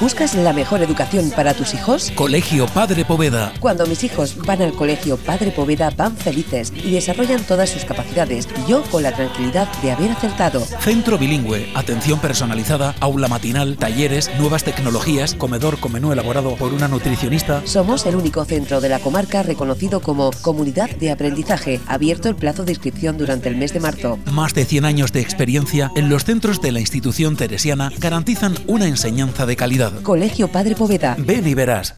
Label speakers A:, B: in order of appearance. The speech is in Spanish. A: ¿Buscas la mejor educación para tus hijos?
B: Colegio Padre Poveda.
A: Cuando mis hijos van al colegio Padre Poveda van felices y desarrollan todas sus capacidades, yo con la tranquilidad de haber acertado.
B: Centro bilingüe, atención personalizada, aula matinal, talleres, nuevas tecnologías, comedor con menú elaborado por una nutricionista.
A: Somos el único centro de la comarca reconocido como Comunidad de Aprendizaje, abierto el plazo de inscripción durante el mes de marzo.
B: Más de 100 años de experiencia en los centros de la institución teresiana garantizan una enseñanza de calidad.
A: Colegio Padre Poveda.
B: Ven y verás.